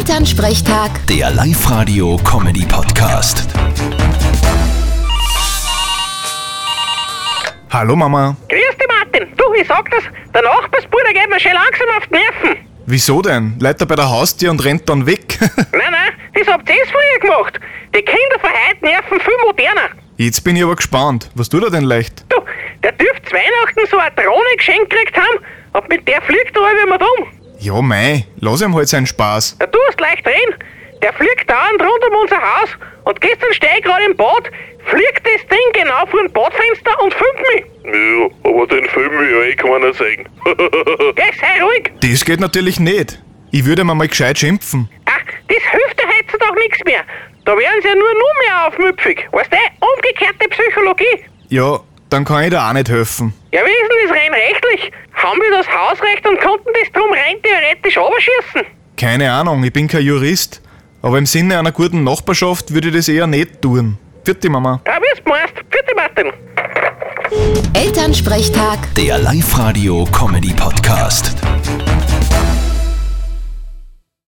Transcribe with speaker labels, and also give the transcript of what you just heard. Speaker 1: Elternsprechtag,
Speaker 2: Der Live-Radio-Comedy-Podcast.
Speaker 3: Hallo Mama.
Speaker 4: Grüß dich, Martin. Du, ich sag das, der Nachbarsbruder geht mir schön langsam auf die Nerven.
Speaker 3: Wieso denn? Leider bei der Haustür und rennt dann weg.
Speaker 4: Nein, nein, das habt ihr früher gemacht. Die Kinder von heute nerven viel moderner.
Speaker 3: Jetzt bin ich aber gespannt. Was tut er denn leicht?
Speaker 4: Du, der dürfte zu Weihnachten so eine Drohne geschenkt gekriegt haben und mit der fliegt er alle mal um.
Speaker 3: Ja, mei, lass ihm halt seinen Spaß.
Speaker 4: Ja, du hast leicht reden. Der fliegt dauernd rund um unser Haus und gestern stehe ich gerade im Bad, fliegt das Ding genau vor dem Badfenster und filmt mich.
Speaker 5: Ja, aber den Film will ja eh keiner sehen.
Speaker 4: Geh, sei ruhig.
Speaker 3: Das geht natürlich nicht. Ich würde mir mal gescheit schimpfen.
Speaker 4: Ach, Ah, das hilft ja heutzutage nichts mehr. Da werden sie ja nur noch mehr aufmüpfig. Weißt du, umgekehrte Psychologie.
Speaker 3: Ja, dann kann ich da auch nicht helfen.
Speaker 4: Ja, wie ist denn das rein rechtlich? Haben wir das Hausrecht und konnten das drum rein theoretisch abschießen?
Speaker 3: Keine Ahnung, ich bin kein Jurist. Aber im Sinne einer guten Nachbarschaft würde ich das eher nicht tun. Vierte Mama.
Speaker 4: Ja, wie du meinst. Vierte Martin.
Speaker 1: Elternsprechtag.
Speaker 2: Der Live-Radio-Comedy-Podcast.